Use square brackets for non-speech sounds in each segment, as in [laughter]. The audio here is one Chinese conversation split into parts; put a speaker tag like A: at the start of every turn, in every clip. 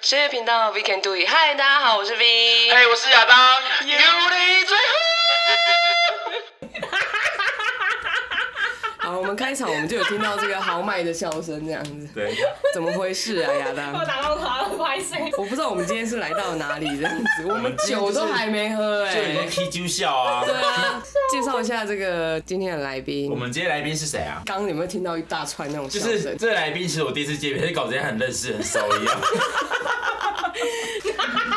A: 深夜频道 We Can Do It。嗨，大家好，我是 V。
B: 哎、我是亚当，有你最
A: 好，我们开场我们就有听到这个豪迈的笑声，这样子，
B: 对，
A: 怎么回事啊，亚
B: [laughs]
A: 当？
C: 我打到他了，不好意思。
A: 我不知道我们今天是来到哪里这样子，
B: [laughs]
A: 我们
B: 们今天
A: 酒
B: 就是
A: 都还没喝哎、
B: 就有人踢啾笑啊。
A: 对啊，介绍一下这个今天的来宾
B: 我。们今天来宾是谁啊？
A: 刚刚有没有听到一大串那种
B: 就
A: 笑
B: 是
A: 声？
B: 这来宾，其实我第一次见面，搞得好像很认识、很熟一
A: [laughs]
B: 样。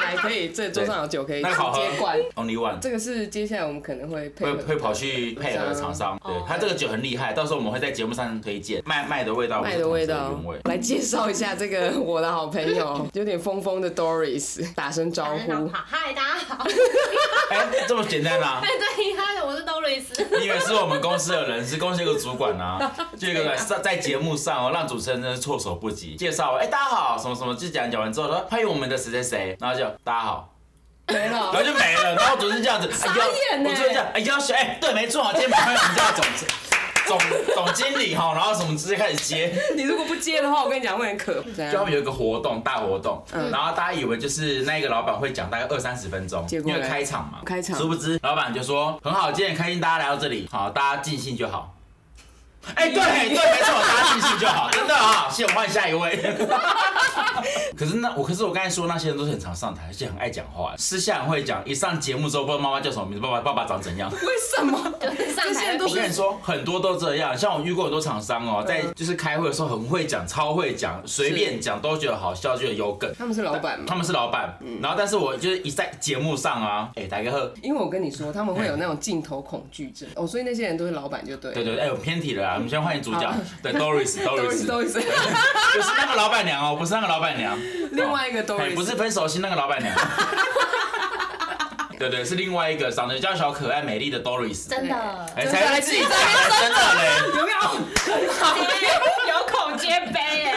A: 来，可以，这桌上有酒可以
B: 那
A: 直
B: 个好喝
A: 接灌。
B: Only one
A: 这个是接下来我们可能会配
B: 会
A: 合
B: 会跑去配合厂商，对他这个酒很厉害，到时候我们会在节目上推荐卖卖的味道，
A: 麦的味
B: 不
A: 道
B: 是同色原味。
A: 来介绍一下这个我的好朋友，有点疯疯的 Doris，打声招呼。
C: 嗨，大家
B: [laughs]
C: 好。
B: 哎，这么简单
A: [laughs]
B: 啊？
C: 哎，对，嗨，我是 Doris。
B: 你以为是我们公司的人，是公司一个主管
A: [laughs]
B: 啊，就一个在在节目上哦，让主持人真的措手不及，介绍哎、大家好什么什么，就讲讲完之后说欢迎我们的谁谁谁，然后就大家好，
A: 没
B: 然后
A: 了，
B: 就没了，然后总是这
A: [laughs]
B: 样子，哎
A: 哦眼
B: 呦，
A: 呢
B: 我就是这样，哎要学，哎对，没错，今天麻烦我们家总总总经理哈，然后什么直接开始接，
A: 你如果不接的话，我跟你讲会很可怕。
B: 就他们有一个活动，大活动，
A: 嗯
B: 然后大家以为就是那个老板会讲大概二三十分钟，
A: 结
B: 因
A: 果嘞
B: 为开场嘛，
A: 开场
B: 殊不知老板就说很好，今天很开心大家来到这里，好，大家尽兴就
A: [laughs]
B: 好。哎、对对，没错，大家尽兴就好，真的啊，谢谢，我们换下一位。 [laughs] 可是那我，可是我刚才说那些人都是很常上台，而且很爱讲话，私下很会讲，一上节目之后不知道妈妈叫什么名字，爸爸爸爸长
A: [laughs]
B: 怎样。
A: 为什么？
C: 就是上
A: 这
C: 台
A: 些都
C: 的
B: 我
A: 是
C: 比
B: 跟你说，很多都这样。像我遇过很多厂商哦、在
A: 嗯
B: 就是开会的时候很会讲，超会讲，随便讲都觉得好笑，觉得有梗。
A: 他们是老板
B: 他
A: 嘛？
B: 们是老板，
A: 嗯
B: 然后但是我就是一在节目上啊，哎、打个呵，
A: 因为我跟你说，他们会有那种镜头恐惧症哦，所以那些人都是老板就对
B: 对
A: 了。
B: 对对，哎、我偏题了啊，我们先欢迎主角
A: 嗯好，
B: 对，Doris
A: [laughs]
B: Doris，
A: Doris，
B: 就是那个老板娘哦、不是那个老板娘，
A: [laughs] 另外一个
B: 哎
A: Doris，
B: 不是分手心那个老板娘， [laughs] 对对，是另外一个长得比较小可爱美丽的 Doris，
C: 真的。
B: 哎、
A: 真的
B: 才自己讲的真的嘞，
A: 有没有？很好，
C: 有口皆碑耶！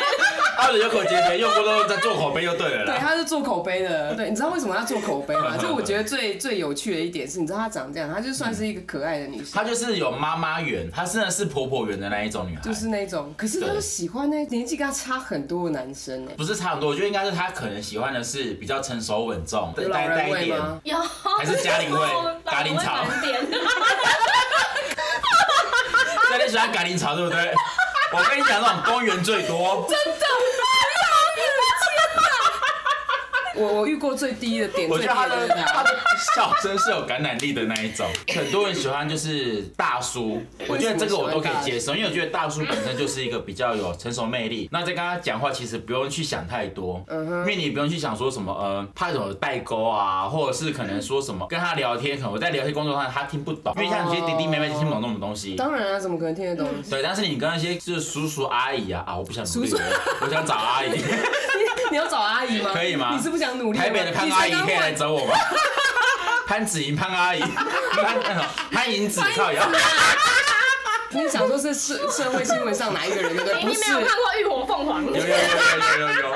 B: 他们有口皆碑，用过都在做口碑就对了
A: [laughs] 对，
B: 啦。
A: 他是做口碑的。对，你知道为什么要做口碑
B: [laughs]
A: 吗？就我觉得最最有趣的一点是，你知道她长这样，她就算是一个可爱的女
B: [laughs]
A: 生，
B: 她就是有妈妈缘，她真的是婆婆缘的那一种女孩，
A: 就是那种，可是她就喜欢那年纪跟她差很多的男生呢。
B: 不是差很多，我觉得应该是她可能喜欢的是比较成熟稳重，
A: 有
B: 带
A: 老
B: 带
A: 人
B: 一
A: 味
B: 点
A: 吗？
C: 有，还
B: 是嘉玲味
C: [laughs]
B: 嘉玲草
C: 点。
B: 所以你喜欢咖喱草，对
A: [laughs]
B: 不对？我跟你讲，那种公园最多，
A: 我我遇过最低的点，啊
B: 我觉得他
A: 最
B: 的
A: 低就是
B: 他的笑声是有感染力的那一种。很多人喜欢就是大叔，我觉得这个我都可以接受，因为我觉得大叔本身就是一个比较有成熟魅力。那在跟他讲话，其实不用去想太多，
A: 嗯
B: 因为你不用去想说什么呃，他有什么代沟啊，或者是可能说什么跟他聊天，可能我在聊天工作上他听不懂，因为像有些弟弟妹妹听不懂那种东西。
A: 当然啊，怎么可能听得懂？
B: 对，但是你跟那些就是叔叔阿姨啊啊，我不想努力
A: 叔
B: 了
A: 叔，
B: 我想找阿姨。
A: [laughs] 你要找阿姨吗？
B: 可以吗
A: 你是不想努力吗？
B: 台北的潘阿姨
A: 你才
B: 可以
A: 刚
B: 来
A: 换
B: 找我吗？潘子莹、潘
A: [laughs]
B: 阿姨、潘潘银子靠也
A: 你想说是社社会新闻上哪一个人对不对？
C: 你
A: 不
C: [laughs] 没有
A: 是，
C: 看过《浴火凤凰》？
B: 有有有有有有
A: [laughs]
B: 有。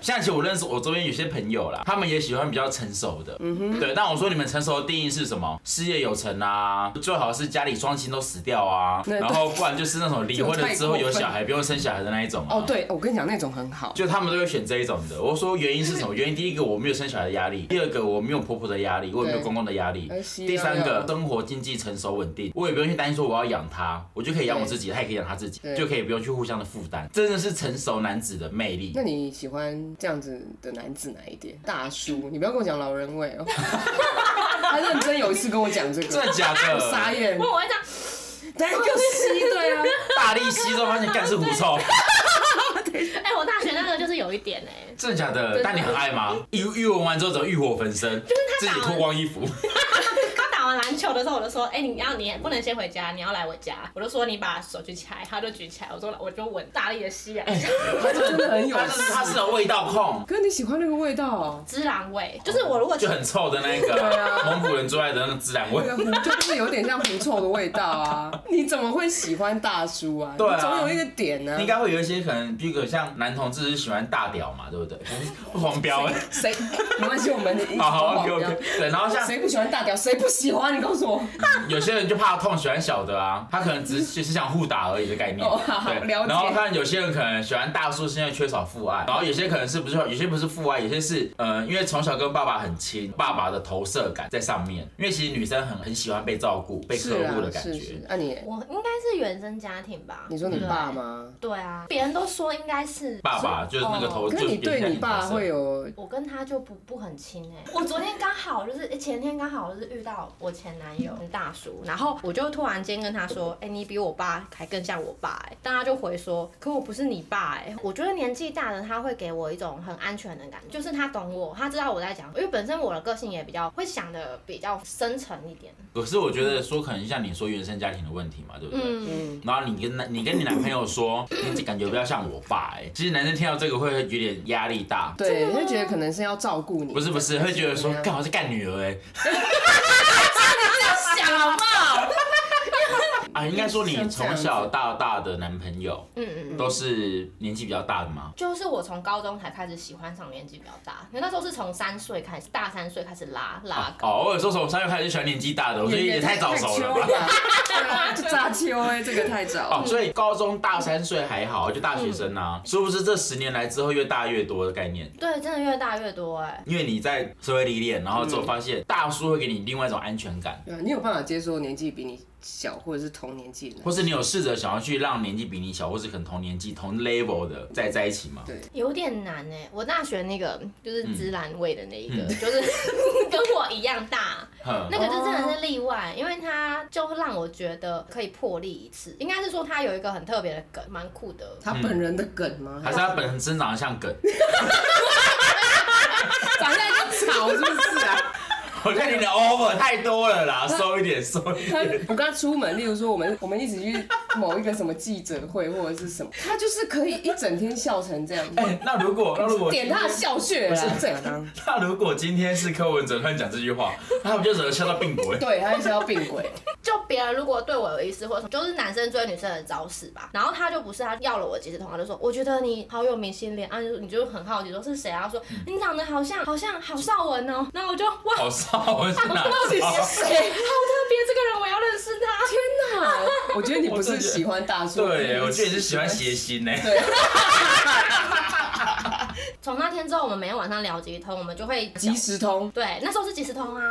B: 像其实我认识我周边有些朋友啦，他们也喜欢比较成熟的，嗯哼，对。但我说你们成熟的定义是什么？事业有成啊，最好是家里双亲都死掉啊，
A: 那
B: 然后不然就是那种离婚了之后有
A: [laughs] 这种太过分
B: 小孩不用生小孩的那一种啊。
A: 哦，对，我跟你讲那种很好，
B: 就他们都会选这一种的。我说原因是
A: 嗯
B: 什么？原因第一个我没有生小孩的压力，
A: [laughs]
B: 第二个我没有婆婆的压力，我也没有公公的压力
A: 哎，是
B: 第三
A: 要要
B: 个生活经济成熟稳定，我也不用去担心说我要养他，我就可以养我自己，他也可以养他自己
A: 对，
B: 就可以不用去互相的负担，真的是成熟男子的魅力
A: 那。你喜欢这样子的男子哪一点？大叔，你不要跟我讲老人味
B: [laughs]
A: 哦。他认真有一次跟我讲这个，
B: [laughs] 真的假
A: 我 [laughs] 傻
B: 的？
A: 眼，
C: 我会这样，
A: 但又吸对啊，
B: 大力吸之后发现干是狐
A: [laughs]
B: 臭，
C: 哎，我大学那
B: [laughs]
C: 个就是有一点哎，
B: 真的假的？
C: 对
B: 但你很爱吗？浴浴闻完之后怎么欲火焚身？自己
C: 他打完
B: 脱光衣服，
C: 他打完篮球的时候，我就说，哎，你要你不能先回家，你要来我家。我就说你把手举起来，他就举起来，我说我就吻大力的吸啊，
A: 他真的很有
B: 他是
A: 事。
B: 他是有味道控。
A: 可是你喜欢那个味道哦，
C: 孜然味，就是我如果
B: 就很臭的那个
A: 啊
B: 蒙古人做爱的那个孜然味
A: 那，个狐就是有点像狐臭的味道啊。你怎么会喜欢大叔啊？
B: 对啊
A: 你总有一个点呢、
B: 应该会有一些可能，比如说像男同志是喜欢大屌嘛，
A: [laughs]
B: 对不对？黄标哎，
A: 谁？没关系，我们的
B: [laughs] 好好
A: 好
B: ，OK OK。对，然后
A: [laughs]
B: 像
A: 谁不喜欢大屌？谁不喜有啊，你告诉我。
B: 有些人就怕痛，喜欢小的啊，他可能只只是想互打而已的概念。
A: 哦好
B: 对，
A: 了解
B: 然后看有些人可能喜欢大叔，是因为缺少父爱，然后有些可能是不是有些不是父爱，有些是呃，因为从小跟爸爸很亲，爸爸的投射感在上面。因为其实女生很很喜欢被照顾、 [laughs] 被呵
A: 是
B: 护的
A: 啊，
B: 感
A: 是
B: 觉
A: 是。。啊你，
C: 我应该是原生家庭吧？
A: 你说你
C: 对
A: 爸？吗？
C: 对啊，别人都说应该是
B: 爸爸就是那个头
C: 哦
A: 可是你对啊你爸会有
C: 我跟他就不不很亲哎、 [laughs] 我昨天刚好就是诶前天刚好就是遇到我前男友大叔，然后我就突然间跟他说，哎、你比我爸还更像我爸哎、但他就回说，可我不是你爸哎、我觉得年纪大的他会给我一种很安全的感觉，就是他懂我，他知道我在讲，因为本身我的个性也比较会想的比较深沉一点，
B: 可是我觉得说可能像你说原生家庭的问题嘛，对不对？
C: 嗯，
B: 然后你跟男你跟你男朋友说，你感觉比较像我爸哎、其实男生听到这个会有点压力大，
A: 对，会觉得可能是要照顾你，
B: 不是不是，会觉得说
A: 怎么样
B: 干我是干女儿哎、
C: 不要想好不好？
B: 啊，应该说你从小到大的男朋友
C: 嗯嗯。
B: 都是年纪比较大的吗？
C: 就是我从高中才开始喜欢上年纪比较大，因为那时候是从三岁开始，大三岁开始拉拉高。
B: 哦，我有时候从三岁开始就喜欢年纪大的，我觉得也太早熟了
A: 太
B: 吧
A: 秋。吧？ [laughs] 对啊，就炸秋哎，这个太早。
B: 哦，所以高中大三岁还好，就大学生啊，
C: 嗯
B: 是不是这十年来之后越大越多的概念？
C: 对，真的越大越多哎、
B: 因为你在社会历练，然后之后发现大叔会给你另外一种安全感，
A: 对啊，你有办法接受年纪比你小或者是同年纪的
B: 或
A: 男？
B: 是你有试着想要去让年纪比你小，或是可能同年纪同 level 的再在一起吗？
A: 对，
C: 有点难哎、我大学那个就是芝兰味的那一个，就是 [laughs] 跟我一样大，
B: 哼
C: 那个就真的是例外，因为他就让我觉得可以破例一次，应该是说他有一个很特别的梗，蛮酷的。
A: 他本人的梗吗？
B: 还是他本身长得
A: [laughs]
B: 像梗？
A: 长得很吵是不是啊？
B: 我看你的 over 太多了啦，收一点，收一
A: [laughs] [laughs]
B: 点。
A: 我跟他出门，例如说我们我们一起去某一个什么记者会或者是什么，他就是可以一整天笑成这样，
B: 哎、那如果那如果
A: 点他的笑穴啊啦，这样。
B: 那如果今天是柯文哲突然讲这句话，他们就只能笑到病鬼。
A: 对，他就是要病鬼，
C: 就别人如果对我有意思，或者什么，就是男生追女生的招式吧。然后他就不是，他要了我几次通话，就说我觉得你好有明星脸啊，你就你就很好奇说是谁啊？他说你长得好像好像郝邵文哦。然后我
B: [laughs]
C: 就哇，
B: 好骚，我是哪
A: [laughs] 到底
B: 骚？
A: 是谁？
C: 好特别，这个人我要认识他。天
A: 天哪！我觉得你不是喜欢大叔，
B: 对，我觉得你是喜欢谐星呢。
A: 对，
C: 从那天之后，我们每天晚上聊几通，我们就会
A: 即时通。
C: 对，那时候是即时通啊，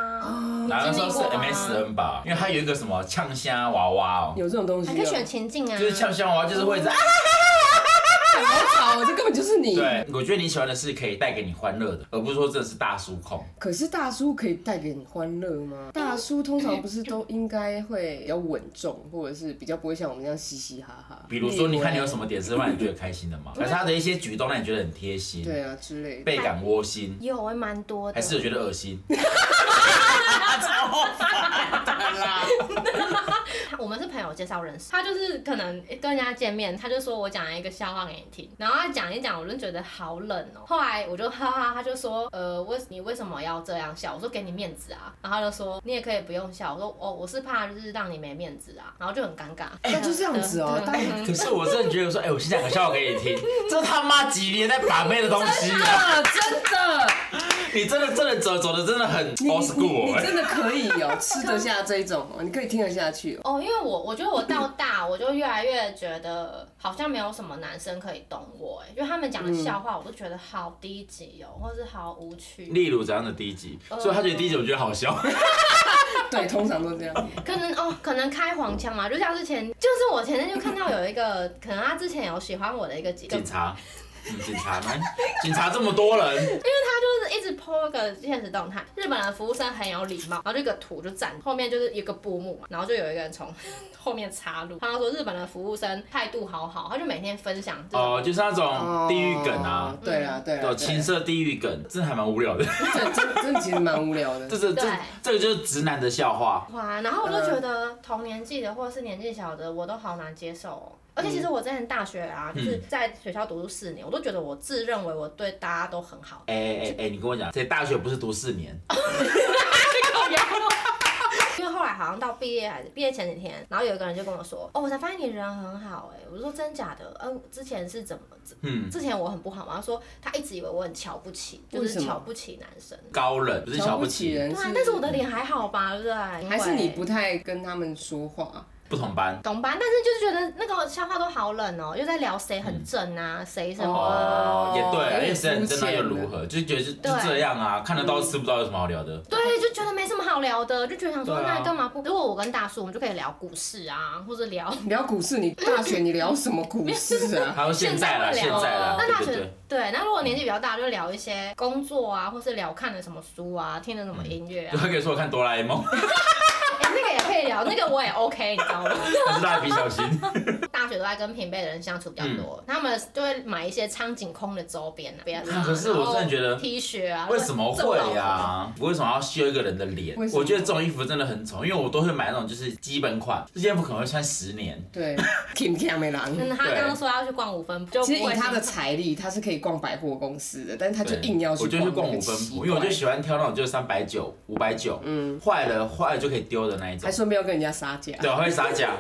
B: 然后那时候是
C: 经历过吗
B: MSN 吧，因为它有一个什么呛虾娃娃哦，
A: 有这种东西
C: 还
A: 啊，
C: 可以选情境啊，
B: 就是呛虾娃娃就是会
A: 嗯
B: 在。
A: 啊好吵，这根本就是你。
B: 对，我觉得你喜欢的是可以带给你欢乐的，而不是说真的是大叔控。
A: 可是大叔可以带给你欢乐吗？大叔通常不是都应该会比较稳重，或者是比较不会像我们这样嘻嘻哈哈。
B: 比如说，你看你有什
A: 么？
B: 么点是让你觉得开心的吗？可是他的一些举动让你觉得很贴心，
A: 对啊，之类的。
B: 倍感窝心，
C: 有还蛮多的，
B: 还是有觉得恶心？
A: 啊
C: 我们是朋友介绍认识，他就是可能跟人家见面，他就说我讲一个笑话给你听，然后他讲一讲，我就觉得好冷哦、后来我就哈哈，他就说，呃，为你为什么要这样笑？我说给你面子啊，然后他就说你也可以不用笑。我说哦，我是怕就是让你没面子啊，然后就很尴尬。
A: 那就这样子哦
C: 对
A: 大家
B: 可是我真的觉得说，哎、我先讲个笑话给你听，这他妈几年在把妹的东西啊！
A: 啊，真的，
B: 你真的真的走走的真的很 old
A: 你你
B: school
A: 你
B: 哎、
A: 真的可以哦， [laughs] 吃得下这一种哦，你可以听得下去
B: [laughs]
A: 哦。
C: 哦，因为我我觉得我到大，我就越来越觉得好像没有什么男生可以懂我、哎，因为他们讲的笑话，我都觉得好低级哦、或是好无趣。
B: 例如怎样的低级？
A: 哦
B: 所以他觉得低级，我觉得
A: [laughs]
B: 好笑。
A: 对，通常都这样。
C: 可能哦，可能开黄腔嘛，就像之前，就是我前天就看到有一个，可能他之前有喜欢我的一个姐姐，
B: 警察，嗯，警察呢？警察这么多人，
C: 他就是一直 po 一个现实动态，日本的服务生很有礼貌，然后就一个图就站，后面就是一个布幕嘛，然后就有一个人从 [laughs] 后面插入，他说日本的服务生态度好好，他就每天分享这种。
B: 哦，就是那种 [laughs] 地狱梗啊
A: 哦，对啊，对啊，
B: 有
A: 对
B: 情
A: 啊
B: 色地狱梗，这还蛮无聊的。
A: 这这这其实蛮无聊的
B: [laughs] 这。这这
C: 嗯对
B: 这个就是直男的笑话。
C: 哇，然后我
A: 呃
C: 就觉得同年纪的或者是年纪小的，我都好难接受、哦。而且其实
A: 嗯
C: 我之前大学啊，就是在学校读书四年，我都觉得我自认为我对大家都很好，
B: 哎哎哎，你跟我讲，在大学不是读四年，
C: 因因为后来好像到毕业还是毕业前几天，然后有一个人就跟我说，哦，我才发现你人很好哎、我说真假的？呃，之前是怎么？
B: 嗯，
C: 之前我很不好嘛，他说他一直以为我很瞧不起，就
A: 为
C: 是
A: 什么
C: 瞧不起男生。
B: 高冷不是瞧
A: 瞧
B: 不
A: 不起
B: 起，
A: 人
C: 对
A: 是
C: 啊，，但是我的脸还好吧，对不对？
A: 嗯还是你不太跟他们说话，
B: 不同班。
C: 懂吧？但是就是觉得那个笑话都好冷哦、又在聊谁很正啊，谁、什么啊的。
B: 嗯哦，也对，
A: 有
B: 而
A: 点
B: 且是
A: 哎
B: 很真
A: 肤
B: 的
A: 浅
B: 又
A: 了
B: 如何？就觉得就就
C: 对嗯
B: 这样啊，看得到吃不到有什么好聊的。
C: 对，就觉得没什么好聊的，就觉得想说，
B: 对啊
C: 那干嘛不？如果我跟大叔，我们就可以聊股市啊，或者聊
B: 哦
A: 聊股市，你大学你聊什么股市啊？
B: 还有现在啦，现
C: 现在会聊
B: 在啦，
C: 那大
B: 对对嗯
C: 学
B: 对，
C: 对，那如果年纪比较大，就聊一些工作啊，或是聊看了什么书啊，听了什么音乐
B: 就
C: 啊，
B: 他可以说我看哆啦 A 梦，
C: [laughs]
B: [laughs]
C: 哎，那个也可以聊，那个我也 OK，你知道吗？
B: 但是蜡笔小
C: [laughs]
B: 新。
C: 大学都在跟平辈的人相处比较
B: 嗯
C: 多，他们就会买一些苍井空的周边啊，别人
B: 可是我真的觉得
C: T 恤啊，
B: 为什么
C: 这种
B: 会啊呀、我为什么要修一个人的脸
A: 为？什么
B: 我觉得这种衣服真的很丑，因为我都会买那种就是基本款，这件衣服可能会穿十年。
A: [laughs] 对，Kim Kim 美郎。
C: 嗯，他刚刚说要去逛五分，就
A: 其实
C: 不
A: 以
C: 会
A: 他的
C: 心
A: 财力，他是可以逛百货公司的，但是他就
B: 对
A: 硬要去
B: 我就去逛
A: 那
B: 五
A: 个
B: 分
A: 奇
B: 铺，因为我就
A: 怪
B: 喜欢挑那种就是三百九、五百九，嗯，坏了坏了就可以丢的那一种
A: 还。顺便要跟人家杀价。
B: 对，我会杀 [laughs] 价，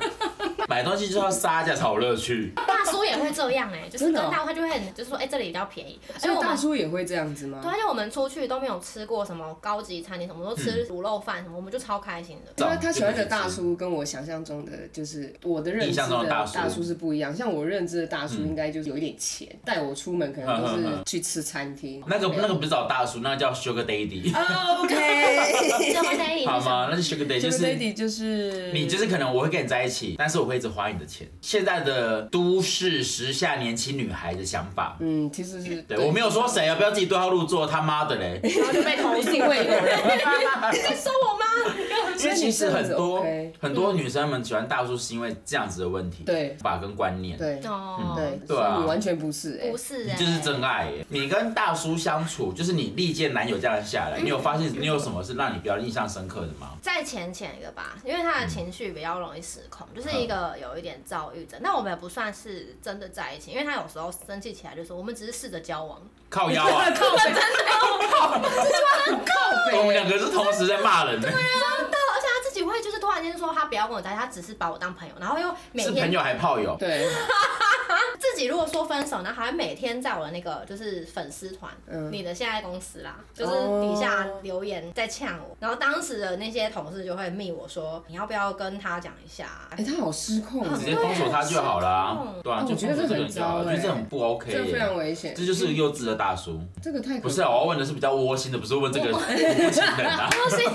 B: 买东西就是要杀价才有乐趣。
C: [laughs] 大叔也会这样哎、就是
A: 真
C: 跟
A: 的哦
C: 他他就会很就是说，哎、这里比较便宜，所
A: 所
C: 以
A: 以
C: 我
A: 哎大
C: 们。
A: 叔也会这样子吗
C: 对，？而且我们出去都没有吃过什么高级餐厅，什么都
A: 嗯
C: 吃卤肉饭什么，我们就超开
A: [laughs]
C: 心的。
A: 因为
B: 早
A: 他喜
B: 就
A: 欢
B: 可以
A: 的大
B: 吃
A: 叔跟我想象中的，就是我的认
B: 印
A: 知
B: 象中的
A: 的
B: 大叔嗯
A: 大叔是不一样。像我认知的大叔，应该就是有一点钱，带我出门可能都
B: 嗯嗯
A: 是
B: 嗯
A: 去吃餐厅。哦
B: 那个那个不是找大叔，那个叫 Sugar Daddy，
A: OK，Sugar
C: 这会在意
B: 好吗？那是 Sugar [laughs] Daddy，就是
A: Daddy 就是
B: 你就是可能我会跟你在一起，但是我会一直花你的钱。现在的都市时下年轻女孩的想法，
A: 嗯，其实是
B: 对我没有说谁啊，不要自己对号入座，他妈的嘞！
A: [laughs]
C: 然后就被投
A: 一
C: 诉，
A: 定会有人，
C: 你在说我吗？
B: 因为其实很
A: 所以你这样子
B: 多
A: OK
B: 很多女生们喜欢大叔，是因为这样子的问题，
A: 对
B: 法跟观念，
A: 对
C: 哦，
A: 嗯对，
B: 对啊
A: 所以你完全不是哎，
C: 不，是哎、
B: 你就是真爱耶。你跟大叔相处，就是你历届男友这样下来，你有发现你有什么是让你比较印象深刻的吗？
C: 在前前一个吧，因为他的情绪比较容易失控，就是一个有一点躁郁症。那我们也不算是真的在一起，因为他有时候生气起来就说，我们只是试着交往，
B: 靠腰啊
A: [laughs] 靠北，靠
B: 我们
A: 北，
B: 两个是同时在骂人的，
A: 啊
C: 而且他自己会就是突然间说他不要跟我在一起，他只是把我当朋友，然后又每
B: 是
C: 天
B: 朋友还炮友，
A: 对，
C: 自己如果说分手，然后还每天在我的那个就是粉丝团，
A: 嗯
C: 你的现在公司
B: 哦
C: 啦，就是底下留言在呛我，然后当时的那些同事就会密我说，你要不要跟他讲一下啊、
A: 哎，他好失控哦，
B: 直接封锁他就好了啊
C: 对，
B: 对啊，
A: 哦
B: 就
A: 我觉得
B: 封
A: 这
B: 锁这个
A: 很
B: 人就好了，
A: 糟
B: 我
A: 哎
B: 觉得这很不 OK，
A: 这非常
B: 耶
A: 危嗯险
B: 这，就是幼稚的大叔。
A: 这个太可
B: 不是啊，我要问的是比较窝心的，不是问这个哦
C: 我
B: 窝心人啊。
A: [laughs]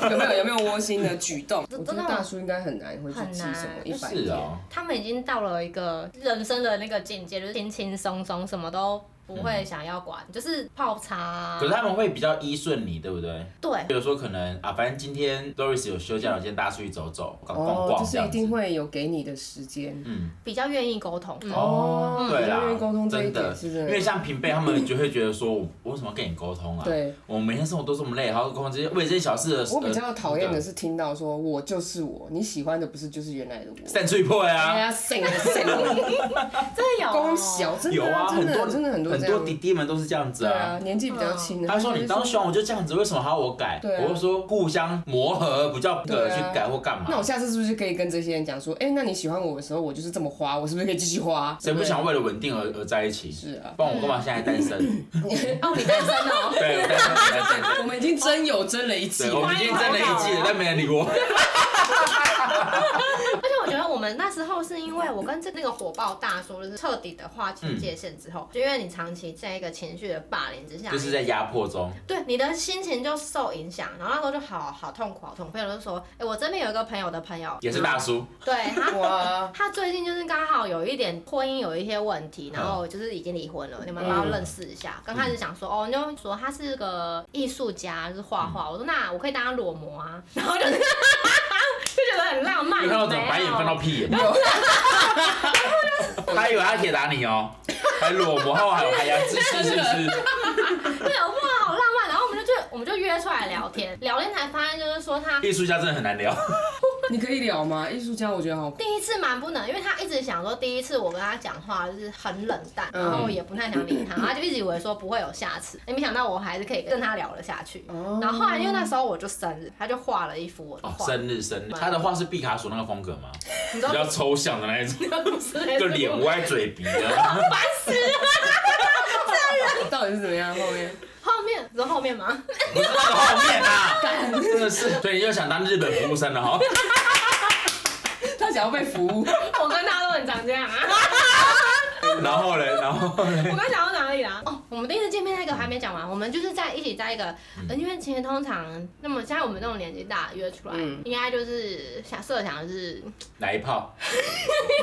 A: 有没有有没有窝心的举 [laughs] 动？
C: 这
A: 我觉得大叔应该很难会去记什么一百
B: 是
A: 天。
B: 啊，
C: 他们已经到了一个人生的那个境界，就是轻轻松松，什么都。不会想要管，就是泡茶啊、
B: 嗯可是他们会比较依顺你，对不对？
C: 对，
B: 比如说可能啊，反正今天 Doris 有休假，我今天大家出去走走、逛逛
A: 哦，就
B: 逛这
A: 是一
B: 样子
A: 定。会有给你的时间。
B: 嗯，
C: 比较愿意沟通。嗯
B: 哦，对啦
A: 嗯因为沟通，这一
B: 真
A: 点
B: 的，
A: 是真
B: 因
A: 的
B: 为像平辈他们就会觉得说，我我为什么要跟你沟通啊？
A: 对，
B: 我每天生活都这么累，还要沟通这些为这些小事呃的。
A: 我比较讨厌的
B: 是
A: 是听到说“我就是我”，你喜欢的不是就是原来的我。
B: 散脆破
A: 哎
B: 呀，
A: 呀，谁啊谁
B: [laughs]
A: 啊？
C: 这有哦
A: 公小真
B: 有
A: 的啊
B: 啊，
A: 真
B: 很
A: 的
B: 多
A: 真的很多
B: 很
A: 这
B: 多
A: 样
B: 弟。弟们都是这样子
A: 对啊，。
B: 啊
A: 年纪比较轻的。
B: 他说你当啊
A: 凶，
B: 凶我就这样子，为什么还要我改？
A: 对啊
B: 我就说互相磨合，不叫
A: 对
B: 呃
A: 啊
B: 去改或干嘛。
A: 那我下次是不是就可以跟这些人讲说，哎，那你喜欢我的时候，我就是这么花，我是不是可以继续花？
B: 谁不
A: 对对
B: 想为了稳定而而在一起？
A: 是啊，
B: 不然我干嘛现在
A: [laughs]
B: 单身？，
C: 哦，你单身哦
B: 对，我单身我单身。
A: 我们已经真有真了一季
B: 对，
A: 了
B: 我。们已经真了一季了，但没人理
C: [laughs]
B: 我。
C: 而且我觉得我们那时候是因为我跟这那个火爆大叔就是彻底的划清界限之后，就因为你长期在一个情绪的霸凌之下，
B: 嗯就是在压迫中，
C: 对你的心情就受影响，然后那时候就好好痛苦，好痛苦。朋友就说，哎、我这边有一个朋友的朋友，
B: 也是大叔，
C: 对他
A: 哇，
C: 他最近就是刚好有一点婚姻有一些问题，然后就是已经离婚
B: 嗯
C: 了，你们帮他认识一下。刚开始想说，哦，你就说他是个艺术家，就是画画。我说那我可以当他裸模啊，然后就是 [laughs] 就觉得很浪漫，
B: 你看到怎
C: 哎
B: 么白
C: 有没有
B: 眼翻到屁眼？ [laughs] 他以为他铁打你哦，还裸模，还有还有还呀，是是是是，
C: [laughs] 对，啊哇，好浪漫。然后我们就就我们就约出来聊天，聊天才发现就是说他 [laughs]
B: 艺术家真的很难聊。
A: 你可以聊吗？艺术家我觉得好
C: 第一次蛮不能，因为他一直想说，第一次我跟他讲话就是很冷淡，
A: 嗯
C: 然后也不太想理他，他就一直以为说不会有下次。哎，没想到我还是可以跟他聊了下去。
A: 哦
C: 然后后来因为那时候我就生日，他就画了一幅我的
B: 哦，
C: 画， [laughs]
B: 生日生日，他的画是毕卡索那个风格吗？
C: 你
B: 比
C: 知道
B: 较抽象的那一
C: [laughs]
B: 种，
C: 就
B: 就
C: [laughs]
B: 脸歪嘴鼻的。
A: [laughs] 到底是怎么样？后面
C: 后面，你知道后面吗？ [laughs]
B: 不是那个后面啊，真的是，所以你又想当日本服务生了哈？
A: 他想要被服务，
C: 我跟他都很常这样啊。
B: 然后嘞，然后嘞，
C: 我刚想到哪里啦？哦，我们第一次见面那个还没讲完，我们就是在一起在一个，呃因为其实通常那么现在我们这种年纪大约出来，
A: 嗯
C: 应该就是想设想的是
B: 来一炮，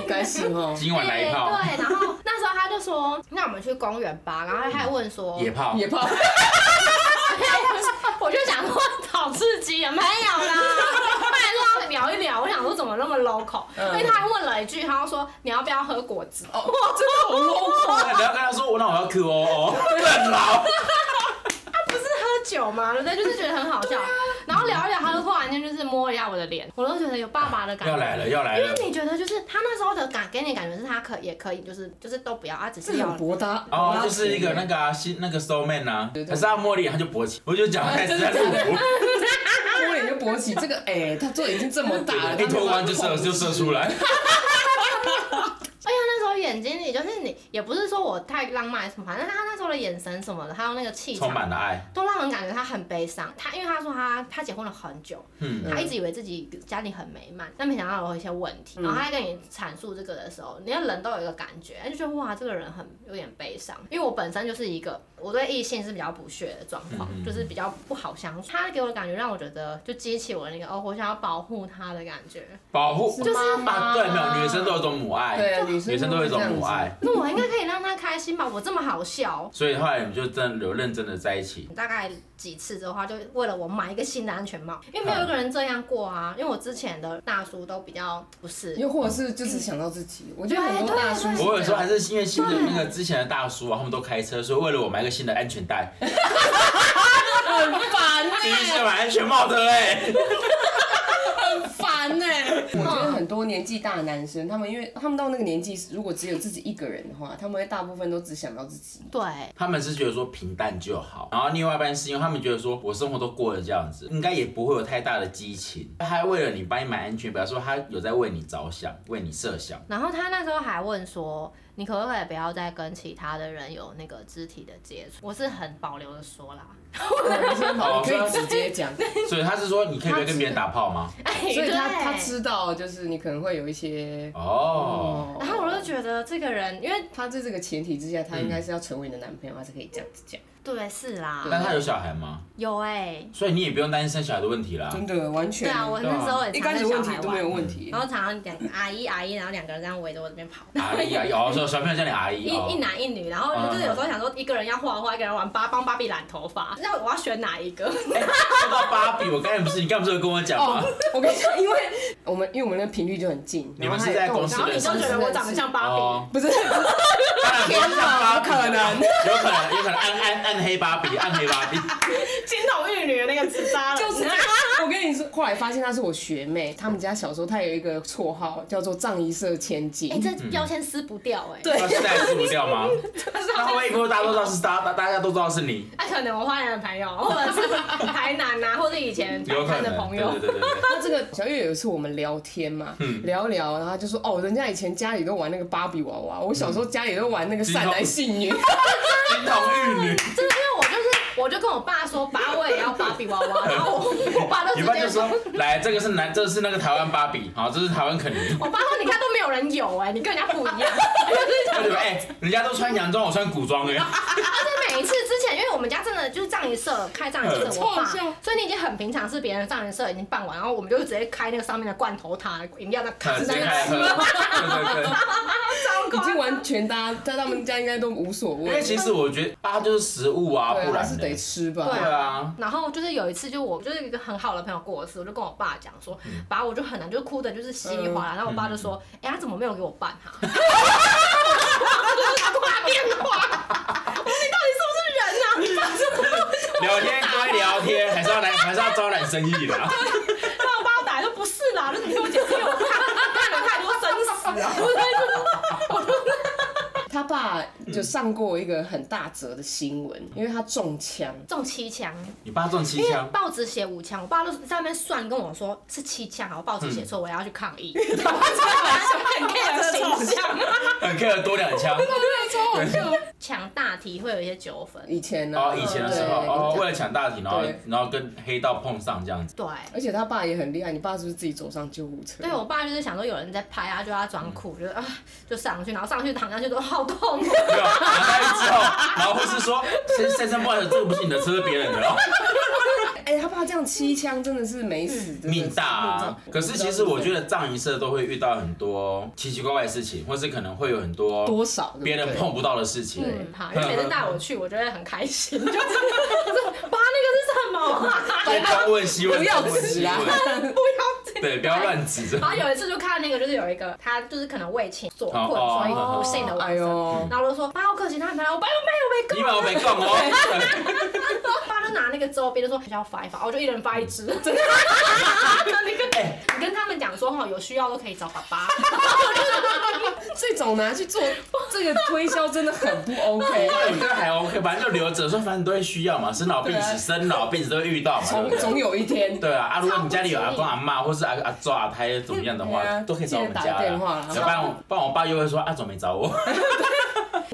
A: 该是
B: [laughs]
A: 哦，
B: 今晚来一炮，
C: 对，然后那时候他就说，那我们去公园吧，然后他还问说，
B: 野炮，
A: 也怕
C: 我就想说好刺激啊，没有啦，他还让聊一聊，我想说怎么那么 local，、
A: 嗯
C: 所以他还问了一句，他就说你要不要喝果汁？
A: 哦，真的好 low
B: 那你要哦跟他说，我那我要 Q 哦哦，更老。
C: 喝酒嘛，对不对？就是觉得很好笑。然后聊一聊，他就突然间就是摸一下我的脸，我都觉得有爸爸的感觉。
B: 要来了，要来
C: 因为
B: 了。
C: 你觉得就是他那时候的感给你感觉是他可也可以，就是就是都不要，啊他只
A: 这
C: 是
A: 个
C: 要
A: 很。博搭
B: 哦，就是一个那个啊，新那个 soul man 啊，可是他摸脸他就勃起，我就讲他是在入伏，
A: 摸脸就勃起，这个哎，他都已经这么大了，
B: [laughs] 一脱完就射就射出来，
C: 而且那时候眼睛里就是你也不是说我太浪漫什么，反正他那时候的眼神什么的，还有那个气
B: 充
C: 场，
B: 满了爱。
C: 都让人感觉他很悲伤。他因为他说他他结婚了很久，
B: 嗯，
C: 他一直以为自己家里很美满，但没想到有一些问题。
A: 嗯
C: 然后他在跟你阐述这个的时候，你看人都有一个感觉，就觉得哇，这个人很有点悲伤。因为我本身就是一个我对异性是比较不屑的状况，
B: 嗯嗯嗯
C: 就是比较不好相处。他给我的感觉让我觉得就激起我那个哦，我想要保护他的感觉。
B: 保护
A: 就是
B: 啊，对，没有女生都有一种母爱，
A: 对啊，女生
B: 女生都有一种母爱，
C: 那我应该可以让他开心吧？我这么好笑。
B: 所以后来你们就真的有认真的在一起。
C: 大概几次之后，他就为了我买一个新的安全帽，因为没有一个人这样过啊。因为我之前的大叔都比较不是，
A: 又或者是就只想到自己，我觉得很多
C: 对
A: 大
C: 对
A: 叔
C: 对
B: 我有时候还是因为新的那个之前的大叔啊，他们都开车，所以为了我买一个新的安全带，
A: 很烦欸
B: 第一次买安全帽的嘞，
A: 烦呢、欸
B: [laughs] 嗯
A: 我觉得很多年纪大的男生，他们因为他们到那个年纪，如果只有自己一个人的话，他们会大部分都只想到自
B: [laughs]
A: 己。
C: 对，
B: 他们是觉得说平淡就好，然后另外一半是因为他们觉得说我生活都过得这样子，应该也不会有太大的激情。他还为了你帮你买安全，表示说他有在为你着想，为你设想。
C: 然后他那时候还问说，你可不可以不要再跟其他的人有那个肢体的接触？我是很保留的说啦， [laughs]
B: 哦
A: 好，你可以直接讲，
B: 所以他是说你可以不要跟别人打炮吗？
C: 哎，
A: [laughs] 所以他
C: 对
A: 他。知道，就是你可能会有一些，
B: 哦，
A: 哦，
C: 然后我就觉得这个人，因为
A: 他在这个前提之下，他应该是要成为你的男朋友，他才可以这样子讲。
C: 对是啦，
B: 但他有小孩吗？
C: 有哎、
B: 所以你也不用担心生小孩的问
A: [laughs]
B: 题啦。
A: 真的，完全
C: 对啊，我那时候也
A: 一
C: 常
A: 开始
C: 跟小
A: 问题
C: 孩
A: 都没
C: 玩，
A: 有问题哦
C: 然。后常常两个阿姨阿姨，然后两个人这样围着我这边跑。
B: 阿姨啊，有时候小朋友叫你阿姨
C: 一
B: 哦
C: 一。男一女，然后就是有时候想说一个人要画画，一个人玩芭帮芭比染头
A: 嗯
C: 发，那我要选哪一个？
B: 说到芭比，我刚才不是你刚才不是有跟我讲
A: [laughs]
B: 吗
A: 哦？，我跟你讲，因为我们因为我们的频率就很近，
B: 你们
A: 然后
B: 是
A: 他也
B: 在
A: 跟我
B: 公司
C: 然后 [laughs] 你
B: 认识
C: 就觉得我长得像芭比，
B: 哦，
A: 不是， [laughs] 不
B: 当然不是像芭比啊
A: 天哪
B: 有可能，有可能暗暗暗黑芭比，暗黑芭比。
C: 金童玉女的那个纸扎人，
A: 哦
C: [laughs]
A: 是我跟你说，后来发现她是我学妹，他们家小时候她有一个绰号叫做“藏一色千金”，
C: 哎、这标签撕不掉哎、
A: 对
B: 他现在吃不掉吗？他会不会大家都知道是大大大家都知道是你？
C: 那、可能我花莲的朋友， [laughs] 或者是台
B: [laughs]
C: 南啊，或者以前台
B: 有可
C: 湾的
B: 能，
C: 朋
B: 对
C: 友
B: 对，对对对。
A: 他这个小月有一次我们聊天嘛，
B: 嗯
A: 聊一聊，然后他就说哦，人家以前家里都玩那个芭比娃娃，我小时候家里都玩那个善男信
B: 嗯
A: 女，
B: 金童玉女，
C: 真的，因为我就是，我就跟我爸说，爸我也要芭比娃娃， [laughs] 然后我我爸都
B: 你
C: 直
B: 爸
C: 接
B: 就说，来这个是男，这是那个台湾芭比，哦好，这是台湾肯尼。
C: 我爸说你看都没有人有哎、你跟人家不一
B: [laughs]
C: 样，就是
B: 对吧？哎，人家都穿洋装，我穿古装哎。
C: 每一次之前，因为我们家真的就是葬仪社开葬仪社，
B: 嗯
C: 我爸
A: 臭笑，
C: 所以你已经很平常，是别人的葬仪社已经办完，然后我们就直接开那个上面的罐头塔饮料那卡
B: 啊直
C: 在
B: 接
C: 那
B: 开
C: 个
B: 喝，对对对。
A: [laughs]
C: 糟
A: 已
C: 糕，
A: 经完全大家在他们家应该都无所
B: 因为
A: 谓，
B: 其实我觉得啊，就是食物啊，
A: 对
B: 不
A: 啊，还
B: 然
A: 是
B: 呢
A: 得吃吧
C: 对。
B: 对啊，
C: 然后就是有一次，就我就是一个很好的朋友过世，我就跟我爸讲说，把我就很难，就哭的就是稀里哗啦。然后我爸就说，哎、他怎么没有给我办 [laughs] 哈、我就打挂电话，我说你到底是不是人 [laughs] 呐、啊？
B: 聊 [laughs] 天归聊天，还是要来，还是要招揽生意的啊。
C: 然后我爸打来说不是啦，就是你然 [laughs] 后他
A: 他爸就上过一个很大则的新
B: 嗯
A: 闻，因为他中枪，
C: 中七枪，
B: 你爸中七
C: 因为 [laughs]
B: 枪，
C: 报纸写五枪，我爸都在那边算跟我说是七枪，好，报纸写错，我要去抗 [laughs] 议。很 [laughs] care 形象，
B: 很 care 多两枪。
C: 超好笑。抢大题会有一些纠纷，
A: 以前呢、
B: 哦，以前的时候，
A: 对
B: 哦，为了抢大题，然后
A: 对
B: 然后跟黑道碰上这样子，
C: 对。
A: 而且他爸也很厉害，你爸是不是自己走上救护车？
C: 对我爸就是想说有人在拍啊，就要装
B: 嗯
C: 酷，就是啊就上去，然后上去躺下去都好
B: [laughs]
C: 痛，
B: 没有拿下去之后，然后或是说先先生不好意思，这个不是你的车，是别人的哦，
A: 哎、他爸这样七枪真的是没死，真的是
B: 命大啊。可是其实我觉得葬仪社都会遇到很多奇奇怪怪的事情，或是可能会有很多
A: 多少对不对
B: 别人碰不到的事情。
C: 嗯，好，因为每次带我去，我就会很开心，就是 [laughs] 爸那个是什
B: [laughs]
C: 么 [laughs] 啊？
B: 对，东问西问，
A: 不要
B: 东问西
A: 指啊
B: 问，
C: 不要这样。
B: 对，不要乱指。
C: 然后有一次就看那个，就是有一个他就是可能为情所困，
B: 哦
C: 所以
B: 哦
C: 不幸的
A: [laughs] 哎
C: 往生。
A: 呦，
C: 然后我就说爸，好可惜，他还没来。我爸又没有没
B: 你把我没讲哦，
C: 空， [laughs] 爸就拿那个周边就说要发一发，我就一人发一支。 [laughs] 真的，你跟
B: 哎
C: 你跟他们讲说哈，有需要都可以找爸爸。 [laughs]
A: 这种拿去做这个推销真的很不 OK。
B: [laughs] 我觉得还 OK，反正就留着，说反正都会需要嘛，生老病死，生老病死都会遇到嘛，对
A: 总
B: 不对？
A: 总有一天，
B: 对啊，啊，如果你家里有阿公阿妈，或是阿阿周阿太怎么样的
A: 对
B: 话，
A: 啊
B: 都可以找我们
A: 记得
B: 家
A: 打电话
B: 啦 [laughs]
A: 啦。
B: 要不然我，不然我爸又会说阿总没找我。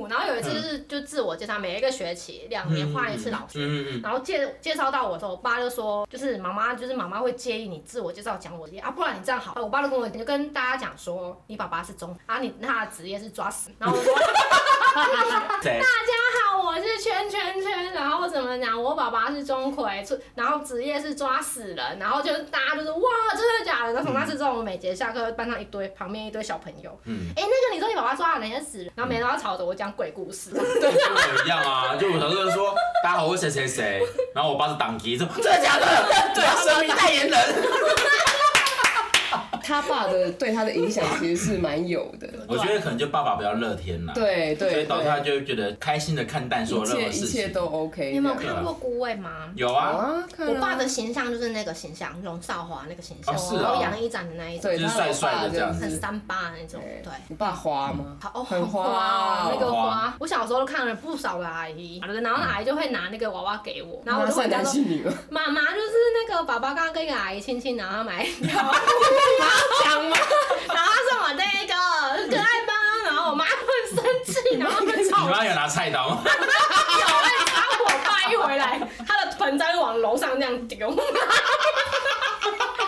C: 然后有一次就是就自我介绍，每一个学期两年换一次老师。
B: 嗯嗯
C: 然后介介绍到我的时候，我爸就说，就是妈妈，就是妈妈会介意你自我介绍讲我的啊，不然你这样好。我爸就跟我就跟大家讲说，你爸爸是中啊，你他的职业是抓死。然后我说
B: 嗯，
A: [laughs]
B: 对，
C: 大家好，我是圈圈圈，然后怎么讲，我爸爸是钟馗，是然后职业是抓死人，然后就是大家就是哇，真的假的？然后从那次之后，我每节下课班上一堆，旁边一堆小朋友，
B: 嗯，
C: 哎、那个你说你爸爸抓了人家死人，然后每人都要吵着我讲鬼故事。
B: 就跟我一样啊，就我小时候说大家好，我是谁谁谁，
A: [laughs]
B: 然后我爸是党籍，说真的假的？对，
A: 啊
B: 生命代言人。
A: 他爸的对他的影响其实是蛮有的。
B: [laughs] 我觉得可能就爸爸比较乐天啦，
A: 对对
B: 所以
A: 对，
B: 导致他就会觉得开心的看淡所有
A: 一
B: 任
A: 切
B: 何
A: 一
B: 事
A: 切
B: 情。
A: 都 OK 这样。
C: 你有没有看过《孤味》吗？
B: 有
A: 好
B: 啊，
A: 啊？看啊
C: 我爸的形象就是那个形象，龙少华那个形象，
B: 哦是啊
C: 然后杨一展的那一种，
A: 对，
B: 就是
A: 他老
B: 帅帅的
A: 爸
B: 这样
A: 就
B: 子
C: 很
A: 是
C: 三八的那种，
A: 对
C: 对。
A: 哎你爸花吗？
C: 好哦，
A: 很
C: 很花
A: 花
C: 哦，
A: 哦
C: 那个
B: 花
C: 花，我小时候看了不少的阿姨，然后那阿姨就会拿那个娃娃给我，然后我就
A: 算
C: 回家
A: 男
C: 说，
A: 性女
C: [laughs]
A: 吗？
C: 妈妈就是那个爸爸刚刚跟一个阿姨亲亲，然后她买饮料， [laughs] 然后
A: 讲吗？
C: 然后她送我这个，可爱吧？然后我妈很生气，然后她就
B: 你
C: 吵
B: 妈有拿菜刀吗？
C: 有，哎，然后我爸一回来，他的盆栽往楼上这样丢， [laughs]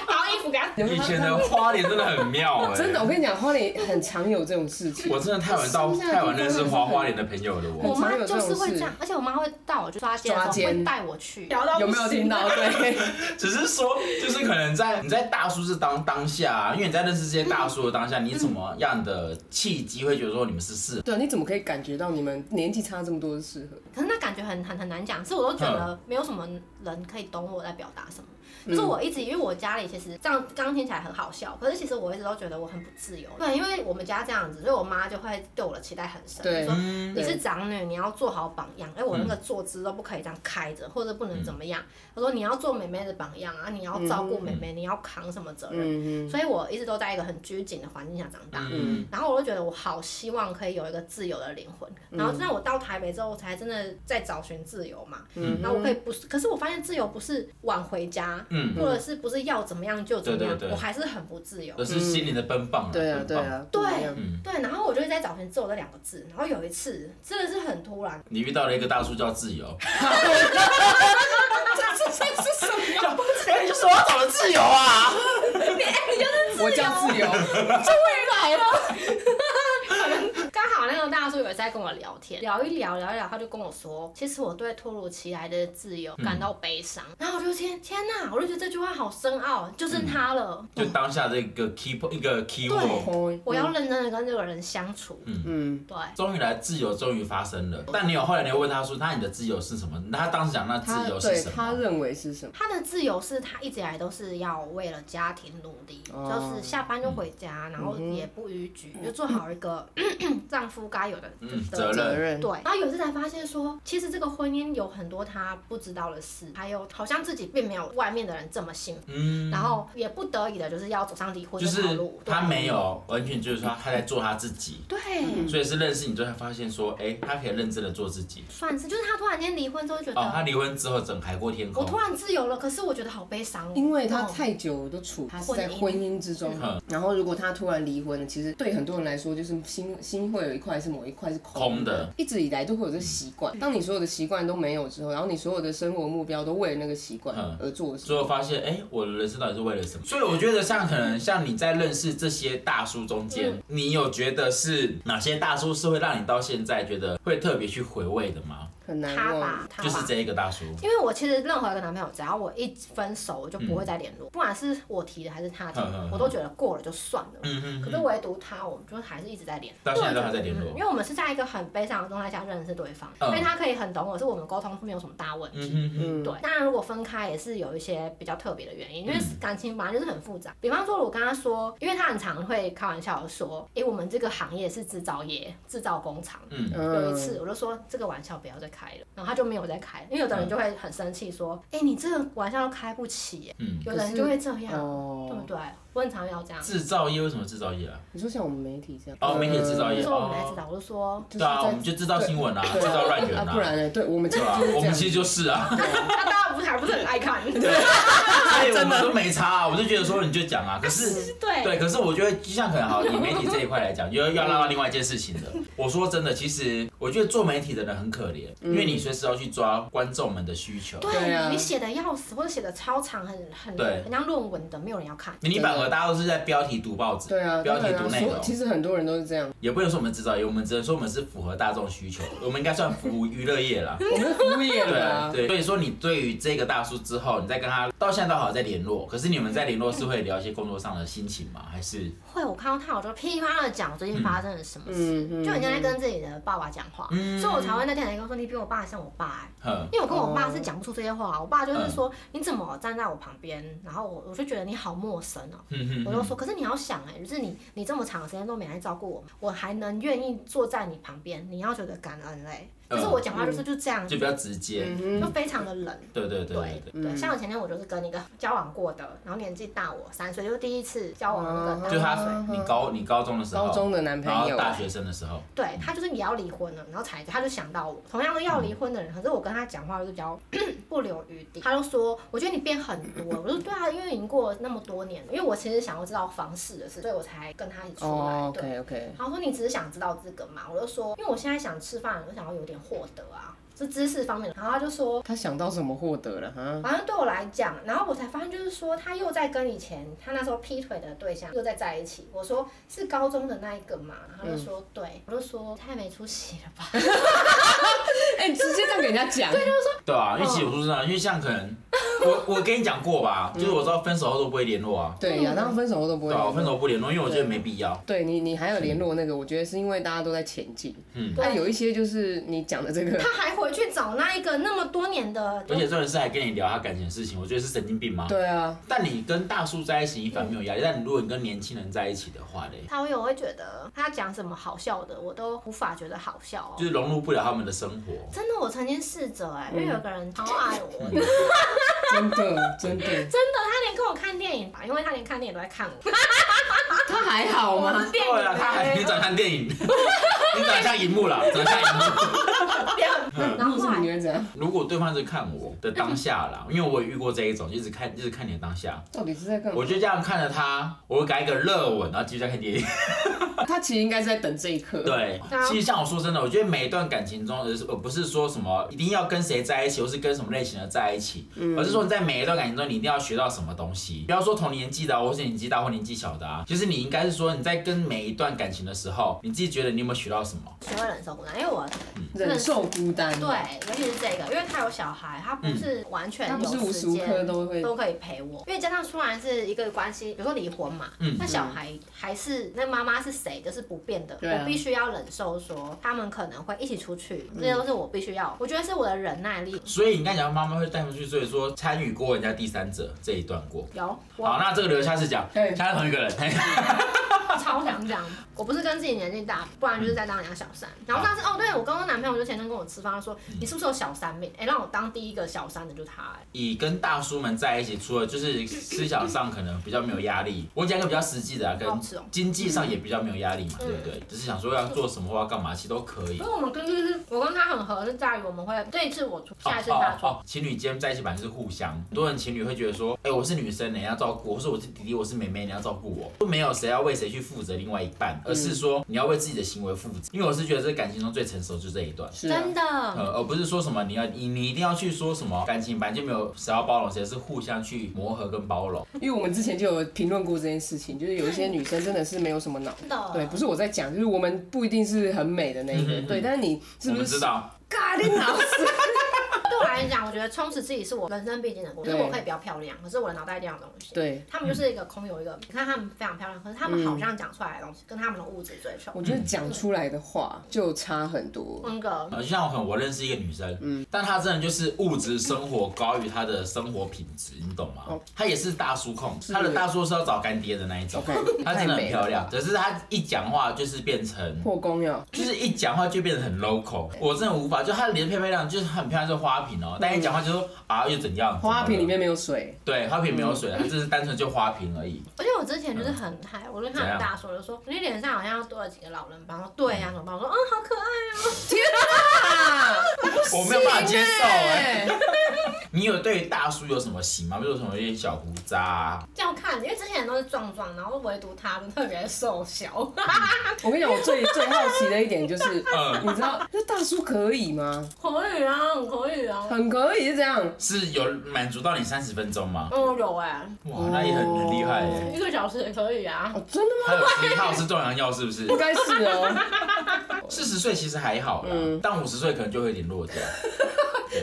C: 然后衣服给他
A: 有没
B: 以
A: 有
B: 前的花莲真的很妙
A: [laughs]
B: 哎，
A: 真的，我跟你讲，花莲很常有这种事
B: [laughs]
A: 情。
B: 我真的太晚到
A: 乡下的地方
B: 太晚认识花花脸的朋友了，我
C: 我妈就是会这样，而且我妈会带我去抓奸的
A: 抓
C: 时候
A: 奸
C: 会带我去，聊到
A: 有没有听到？
B: [laughs]
A: 对，
B: 只是说，就是可能在你在大叔是当当下、啊，因为你在认识这些大叔的当下，你什么样的契机会觉得说你们是是？
A: 对，你怎么可以感觉到你们年纪差这么多是适合？
C: 可是那感觉很很很难讲，是我都觉
A: 嗯
C: 得没有什么人可以懂我在表达什么。就是我一直因为我家里其实这样刚听起来很好笑，可是其实我一直都觉得我很不自由。对，因为我们家这样子，所以我妈就会对我的期待很深，
A: 对
C: 就说
B: 嗯，
C: 你是长女，你要做好榜样。哎、我那个坐姿都不可以这样开着，或者不
A: 嗯
C: 能怎么样。她说你要做妹妹的榜样啊，你要照顾妹妹，你要扛什么责任。
A: 嗯
C: 所以我一直都在一个很拘谨的环境下长大。
B: 嗯，
C: 然后我就觉得我好希望可以有一个自由的灵魂，然后
B: 嗯
C: 就让我到台北之后，我才真的在找寻自由嘛。
A: 嗯
C: 然后我可以不是，可是我发现自由不是晚回家，
B: 嗯
C: 或者是不是要怎么样就怎么样，
B: 对对对
C: 我还是很不自由
B: 而。是心灵的奔放、啊
A: 对啊，对
B: 奔放
A: 啊，
C: 对
A: 不一样
B: 嗯
C: 对，然后我就在找寻自由这两个字。然后有一次真的是很突然，
B: 你遇到了一个大叔叫自
A: 哦
B: 由，
A: 这这这是什么？
B: 你就说我怎么自由啊？
A: 我叫自由，
C: 来了。刚好那个大叔有一次在跟我聊天，聊一聊，聊一聊，他就跟我说，其实我对突如其来的自由
B: 嗯
C: 感到悲伤。然后我就天天哪，我就觉得这句话好深奥，就是
B: 嗯
C: 他了。
B: 就当下这个 key po- 一个 key
C: 对
B: word，
C: 我要认真的跟这个人相处。
A: 嗯，
C: 对，
B: 终于来自由，终于发生了。但你有后来你又问他说，那你的自由是什么？那他当时讲那自
A: 他
B: 由是
A: 对
B: 什
A: 他
B: 么？
A: 认为是什么？
C: 他的自由是他一直以来都是要为了家庭努力，
A: 哦嗯
C: 就是下班就回家，然后也不逾矩，就做好一个 [coughs] 丈夫该有的
B: 嗯，
C: 的
B: 责
A: 责
B: 任，
A: 任，
C: 对，然后有一次才发现说，其实这个婚姻有很多他不知道的事，还有好像自己并没有外面的人这么幸福，
B: 嗯，
C: 然后也不得已的就是要走上离婚
B: 就
C: 这
B: 是
C: 条路。对
B: 他没有，完全就是说他在做他自己，
C: 对，
A: 嗯
B: 所以是认识你之后才发现说，哎，他可以认真的做自己。
C: 算是就是他突然间离婚之后觉得、
B: 哦，他离婚之后整海阔天
C: 我
B: 空
C: 突，然自由了，可是我觉得好悲伤哦，
A: 因为他
C: 嗯
A: 太久都处，他是在
C: 婚
A: 婚
C: 姻
A: 姻之中
B: 嗯，
A: 然后如果他突然离婚了，其实对很多人来说，就是心心会有一块是某一块是
B: 空
A: 空
B: 的
A: 一直以来都会有这习惯。当你所有的习惯都没有之后，然后你所有的生活目标都为了那个习惯
B: 嗯
A: 而做的时
B: 最
A: 候，
B: 后发现，哎、我的人生到底是为了什么？所以我觉得像可能像你在认识这些大叔中间，
C: 嗯
B: 你有觉得是哪些大叔是会让你到现在觉得会特别去回味的吗？
A: 很难
C: 他吧
A: 忘。，
B: 哦
C: 他吧。
B: 就是这一个大叔，
C: 因为我其实任何一个男朋友，只要我一分手，我就不会再联络，不管是我提的还是他提
B: 嗯嗯
C: 的
B: 嗯，
C: 我都觉得过了就算了。
B: 嗯嗯
C: 可是唯独他，我们就还是一直在联
B: 到
C: 络，
B: 现在都还在联络
C: 对我觉得嗯因为我们是在一个很悲伤的状态下认识对方，
B: 嗯
C: 因为他可以很懂我，是我们沟通没有什么大问
B: 嗯
C: 题。
B: 嗯嗯，嗯
A: 嗯，
C: 对，当然如果分开也是有一些比较特别的原因，因为感情本来就是很复杂。比方说，我跟他说，因为他很常会开玩笑地说，诶，我们这个行业是制造业、制造工厂，
B: 嗯
A: 嗯
C: 有一次我就说这个玩笑不要再开了，然后他就没有再开，因为有
A: 嗯
C: 的人就会很生气说，哎、你这个玩笑都开不起耶，
B: 嗯
C: 有的人就会这样，对不
A: 哦，
C: 对？我很常要这样，
B: 制造业为什么制造业啊？
A: 你说像我们媒体这样，
B: 哦媒体制造
C: 就
B: 业
A: 呃
C: 说我们来指导，我就说
A: 就是
B: 对啊，
A: 在
B: 我们就制造新闻啊，
A: 对
B: 制造乱源
A: 啊，不然呢？对我们其
B: 对
A: 实
B: 吧
A: 就？是
B: 我
A: 这
B: 们
A: 样
B: 其实就是
A: [laughs]
B: 啊，
C: 那大家不是还不是很爱看，
B: 所以我们都没差啊，我就觉得说你就讲啊，可是。
C: 对，
B: 对，可是我觉得就像可能好，以媒体这一块来讲，又要拉到另外一件事
A: [laughs]
B: 情的。我说真的，其实我觉得做媒体的人很可怜，因为你随时要去抓观众们的需求。
A: 嗯对啊
C: 对你写的要死，或者写的超长，很很
B: 对
C: 很像论文的，没有人要看。
B: 你你反而大家都是在标题读报纸，
A: [laughs] 对啊，
B: [laughs] 标题
A: 当然啊
B: 读内
A: 所
B: 容，
A: 其实很多人都是这样，
B: 也不能说我们制造业，我们只能说我们是符合大众需求，我们应该算服务娱乐业啦。
A: 我们是服务 [laughs] 业的啊
B: 对，对，所以说你对于这个大叔之后，你再跟他到现在都好在联络，可是你们在联络是会聊一些工作上的心情吗？还是
C: 会，我看到他，我就噼里啪啦的讲我最近发生了什么事，
A: 嗯嗯，
C: 就很像在跟自己的爸爸讲话，
B: 嗯
C: 所以我才会那天才跟他说，你比我爸还像我爸、欸。
B: 哼
C: 因为我跟我爸
B: 哦
C: 是讲不出这些话，我爸
B: 嗯
C: 就是说、你怎么站在我旁边，然后我我就觉得你好陌生哦、
B: 哼哼
C: 我就说，可是你要想哎、就是你你这么长的时间都没来照顾我，我还能愿意坐在你旁边，你要觉得感恩嘞、可是我讲话就是就这
A: 嗯
C: 样，
B: 嗯就比较直接，
C: 就非常的冷。
B: 对对对对嗯
C: 对对，像我前天我就是跟一个交往过的，然后年纪大我三岁，就是第一次交往的那
B: 对，哦
C: 个大
B: 就
C: 我
B: 他
C: 三岁，
B: 你高你高中的时候，
A: 高中的男
B: 然
A: 朋
B: 后
A: 友，
B: 大学生的时候，
C: 对他就是也要离婚了，然后才他就想到我，同样都要离婚的人，可是我跟他讲话就是比较 [clears throat] 不留余地。他就说，我觉得你变很
A: [laughs]
C: 多了，我说对啊，因为已经过了那么多年了，因为我其实想要知道房事的事，所以我才跟他一起出来。
A: 哦
C: 对，
A: ，OK OK，
C: 他说你只是想知道这个嘛，我就说，因为我现在想吃饭，我想要有点获得啊，是知识方面的。然后他就说，
A: 他想到什么获得了哈？
C: 反正对我来讲，然后我才发现，就是说他又在跟以前他那时候劈腿的对象又在在一起。我说是高中的那一个嘛，然后他就
A: 嗯
C: 说、对，我就说太没出息了吧。
A: 哎、你直接这样给人家讲，
B: 对啊，因为其实我说真的，因为像可
A: 嗯
B: 能我我跟你讲过吧，
A: [laughs]
B: 就是我知道分手后都不会联络啊，
A: 对呀，然后分手后都不会
B: 对啊，
A: 联
B: 我
A: 络
B: 分手不联络，因为我觉得没必要，
A: 对你，你还有联络那个，我觉得是因为大家都在前进。
B: 嗯，
A: 但有一些就是你讲的这个，
C: 他还回去找那一个那么多年的，
B: 而且重点是还跟你聊他感情的事情，我觉得是神经病吗？
A: 对啊，
B: 但你跟大叔在一起，你反而没有压力。但你如果你跟年轻人在一起的话嘞，
C: 他有会觉得他讲什么好笑的，我都无法觉得好笑、哦
B: 就。是融入不了他们的生活。
C: 真的，我曾经试着哎、
A: 嗯
C: 因为有个人超爱我的，
A: 真
C: [laughs]
A: 的真的，
C: 真的，他连跟我看电影吧，因为他连看电影都在
A: [laughs]
C: 看我。
A: 他还好
C: 我
A: 吗？
C: 是电影
B: 啊，他还你
C: 没
B: 长得像电
A: [laughs]
B: 影，你长得像荧幕啦，长得像荧幕。
A: 如果
C: 有然后后
A: 是啊你
C: 来
A: 会怎样？
B: 如果对方是看我的当下啦，因为我也遇过这一种，一直看一直看你的当下，
A: 到底是在干嘛
B: [laughs] 我？就这样看着他，我会改一个热吻，然后继续再看电影。
A: 他其实应该是在等这一刻。
B: 对，其实像我说真的，我觉得每一段感情中，而是而不是说什么一定要跟谁在一起，或是跟什么类型的在一起，而是说你在每一段感情中，你一定要学到什么东西。不要说同年纪的、啊，或是年纪大或年纪小的啊，其实你应该是说你在跟每一段感情的时候，你自己觉得你有没有学到什么？
C: 学会忍受孤单，因为我
A: 忍受孤单。，
C: 对，尤其是这个，因为他有小孩，他不是完全
A: 嗯他不是
C: 有
A: 无
C: 时
A: 时无刻
C: 间
A: 都会。
C: 都可以陪我，因为加上虽然是一个关系，比如说离婚嘛，
B: 嗯
C: 那小孩还是那妈妈是谁，谁，这是不变的。
A: 对啊
C: 我必须要忍受说他们可能会一起出去，这些都是我必须要。我觉得是我的忍耐力
B: 所以你刚讲妈妈会带出去，所以说参与过人家第三者这一段过。
C: 有。
B: 好，
C: 我
B: 那这个留下次讲，
A: 对
B: 下次同一个人。嘿
C: 超想讲，我不是跟自己年纪大，不然就是在当人家小三。然后上次哦，对我跟我男朋友就前天跟我吃饭，他说你是不是有小三命？哎、让我当第一个小三的就是他、哎
B: 以跟大叔们在一起，除了就是思想上可能比较没有压力，我讲一个比较实际的啊，跟
C: 好嗯吃哦
B: 经济上也比较没有压力嘛，对不对？只是想说要
C: 嗯
B: 做什么或要干嘛，其实都可以
C: 因。为我们跟就是我跟他很合，是在于我们会这一次我出，下一次
B: 哦
C: 他
B: 哦
C: 出。
B: 哦，情侣间在一起本来就是互相，很多人情侣会觉得说，哎、我是女生，你要照顾我；，或是我是弟弟，我是妹妹，你要照顾我。就没有谁要为谁去负责另外一半，
C: 嗯
B: 而是说你要为自己的行为负责。因为我是觉得这感情中最成熟就是这一段。
A: 是啊
C: 真的，
B: 呃，而不是说什么你要你你一定要去说什么感情本来就没有谁要包容谁，是互相去磨合跟包容。
A: 因为我们之前就有评论过这件事情，就是有一些女生真的是没有什么脑。
C: 真的，
A: 对，不是我在讲，就是我们不一定是很美的那一个，
B: 嗯嗯嗯
A: 对，但是你是
B: 我
A: 不
B: 们
A: 是
B: 知道，
A: 嘎你脑子？
B: [laughs]
C: 对我来讲，我觉得充实自己是我人生必经的过程。
A: 对
C: 就是我可以比较漂亮，可是我的脑袋一定要有东西。
A: 对，嗯
C: 他们就是一个空有一个，你看他们非常漂亮，可是他们好像讲出来的东西跟他们的物质追求，
A: 我觉得讲出来的话就差很多。
C: 风格
B: 呃，就像我很我认识一个女生，嗯，但她真的就是物质生活高于她的生活品质，你懂吗
A: 哦？嗯
B: 她也是大叔控，她的大叔是要找干爹的那一种 [laughs]
A: OK，，
B: 她真的很漂亮
A: 太，
B: 可是她一讲话就是变成。
A: 破功哟，
B: 就是一讲话就变得很 local，我真的无法。就她脸漂漂亮，就是很漂亮，是花瓶哦、但一讲话就说啊又怎样？
A: 嗯花瓶里
B: 怎么
A: 面
B: 了
A: 没嗯有水，
B: 对花瓶没有水，啊她就是单纯就花瓶而已。
C: 而且我之前就是很
A: 嗯
C: 嗨，我就看很大说，我就说你脸上好像多了几个老人斑。我说对呀、怎么办？我说嗯，好可爱哦。
A: 天啊，
B: 我没有办法接受哎、
A: 哎，
B: 你有对大叔有什么喜吗？比如说什么有点小胡渣、啊，
C: 这样看，因为之前都是壮壮，然后唯独他就特别瘦小。 [laughs]
A: 我跟你讲，我最最好奇的一点就是，
B: 嗯，
A: 你知道这大叔可以吗？
C: 可以啊，很可以啊。
A: 很可以是这样，哦
B: 是有满足到你三十分钟吗？
C: 哦，有哎、
B: 哇，那也很很厉害耶。
C: 一个小时也可以啊。
A: 哦，真的吗？
B: 还有十一号是壮阳药，是不是
A: 应？该是哦，
B: 四十岁其实还好啦，
A: 嗯
B: 但五十岁可能就会有
A: [laughs]
B: 点落掉。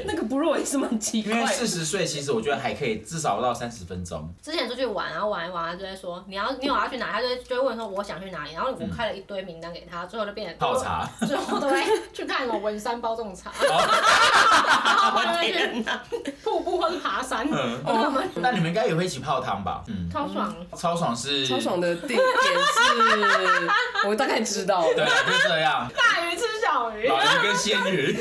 A: 那个不弱也是蛮奇
B: 因为
A: 怪的。
B: 四十岁其实我觉得还可以，至少到三十分
A: 哦
B: 钟。
C: 之前出去玩，然后玩一玩，他就会说你要你有要去哪，他就会就会问说我想去哪里，然后我开了一堆名单给他，最后就变成
B: 泡，茶，
C: 最后都会去看什么文山包种茶，
A: 哦
C: 然后就会去
A: 哪！
C: [laughs] 瀑布或是爬山，
B: 嗯
C: 我们
B: [laughs] 那你们应该也会一起泡汤吧？嗯，
C: 超爽。
B: 超爽是，
A: 超爽的地点是，我大概知道
B: 对，啊就
A: [laughs]
B: 这样。
C: 大鱼吃小鱼，
B: 老鱼跟鲜鱼。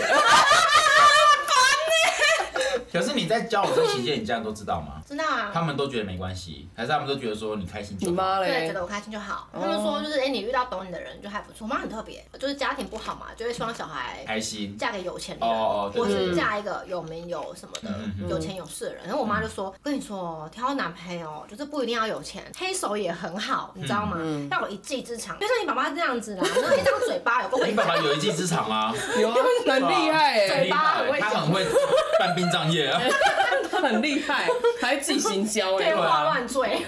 B: 可是你在交往这期间，你家人都知道吗？
C: 知道啊。
B: 他们都觉得没关系，还是他们都觉得说你开心
A: 你
B: 就好？
A: 妈
C: 对，
A: 嘞
C: 觉，得我开心就好。他们说就是，哎、你遇到懂你的人就还不错。我妈很特别，就是家庭不好嘛，就会希望小孩
B: 开心。
C: 嫁给有钱人，
B: 哦哦对
C: 或
B: 对
C: 是
B: 对
C: 嫁一个有名有什么的、
B: 嗯
C: 有钱有势的人。然后我妈就说：“跟你说，挑男朋友就是不一定要有钱，黑手也很好，你知道吗？
A: 嗯
C: 要有一技之
B: [laughs]
C: 长，就像你爸妈这样子啦，那一张嘴巴有够会
B: 你
C: 讲
B: 爸。爸有一技之长啊， [laughs]
A: 有啊，很厉害
B: 很
A: 哎，
B: 厉害，他很会办殡葬业啊。
A: 很厉害，还自己行销哎
C: 天，花乱坠，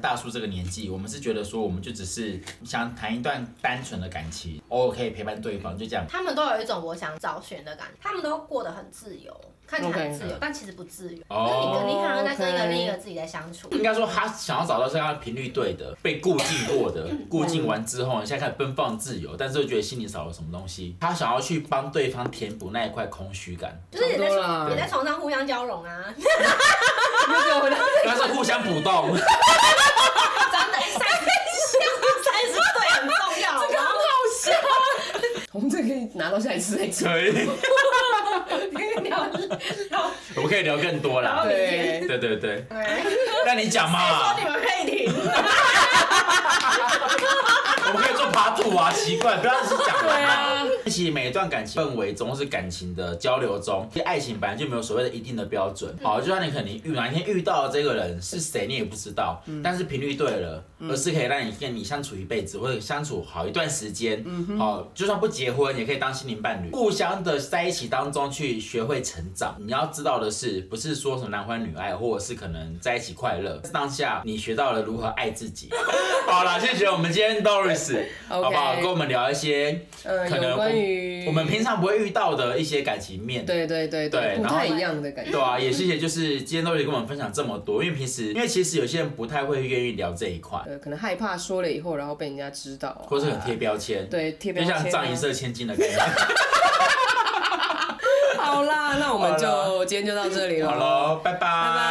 B: 大叔这个年纪，我们是觉得说，我们就只是想谈一段单纯的感情，偶尔可以陪伴对方，就这样。
C: 他们都有一种我想找寻的感觉，他们都过得很自由，看起来很自由
B: OK
C: 但其实不自由。你
B: 哦
C: 跟你好像在跟一个
A: OK
C: 另一个自己在相处。
B: 应该说他想要找到是他频率对的，被固定过的，固定完之后，现在开始奔放自由，但是又觉得心里少了什么东西，他想要去帮对方填补那一块空虚感，
C: 就是也在
A: 差不多啦
C: 也在床上互相交融啊， [laughs]
A: 又给我回到
B: 但是互相补洞。
C: 真的三三十岁很重要， [laughs] 然后
A: 啊我们这个可以拿到下一次再
B: [laughs]
A: 讲。
B: 可以，
C: 然后
B: 我们可以聊更多啦。
A: 对，
B: 对对对，
C: 哎
B: 那你讲嘛
C: 说，你们可以停，
B: 我们可以做爬兔啊，奇怪，不要只讲了嘛
A: 对啊。
B: 其实每一段感情氛围中，或是感情的交流中，其实爱情本来就没有所谓的一定的标准。好，就算你可能遇哪一天遇到的这个人是谁，你也不知道，但是频率对了，而是可以让你跟你相处一辈子，或者相处好一段时间。好，就算不结婚，也可以当心灵伴侣，互相的在一起当中去学会成长。你要知道的是，不是说什么男欢女爱，或者是可能在一起快乐，当下你学到了如何爱自己。 [laughs] 好啦，谢谢我们今天 Doris，好不好？跟我们聊一些
A: 呃，
B: 可能
A: 有关于
B: 我们平常不会遇到的一些感情面。
A: 对对对
B: 对
A: 不
B: 然后
A: 太一样的感觉
B: 对。啊，也谢谢，就是今天都有跟我们分享这么多，因为平时因为其实有些人不太会愿意聊这一块，
A: 呃，可能害怕说了以后，然后被人家知道、啊，
B: 或是很贴标签，
A: 对贴标
B: 就
A: 签、
B: 像
A: 啊
B: 仗。一色千金
A: [laughs]
B: 的概念。
A: 好啦，那我们
B: 好
A: 就今天就到这里了。
B: 好喽，拜拜
A: 拜拜。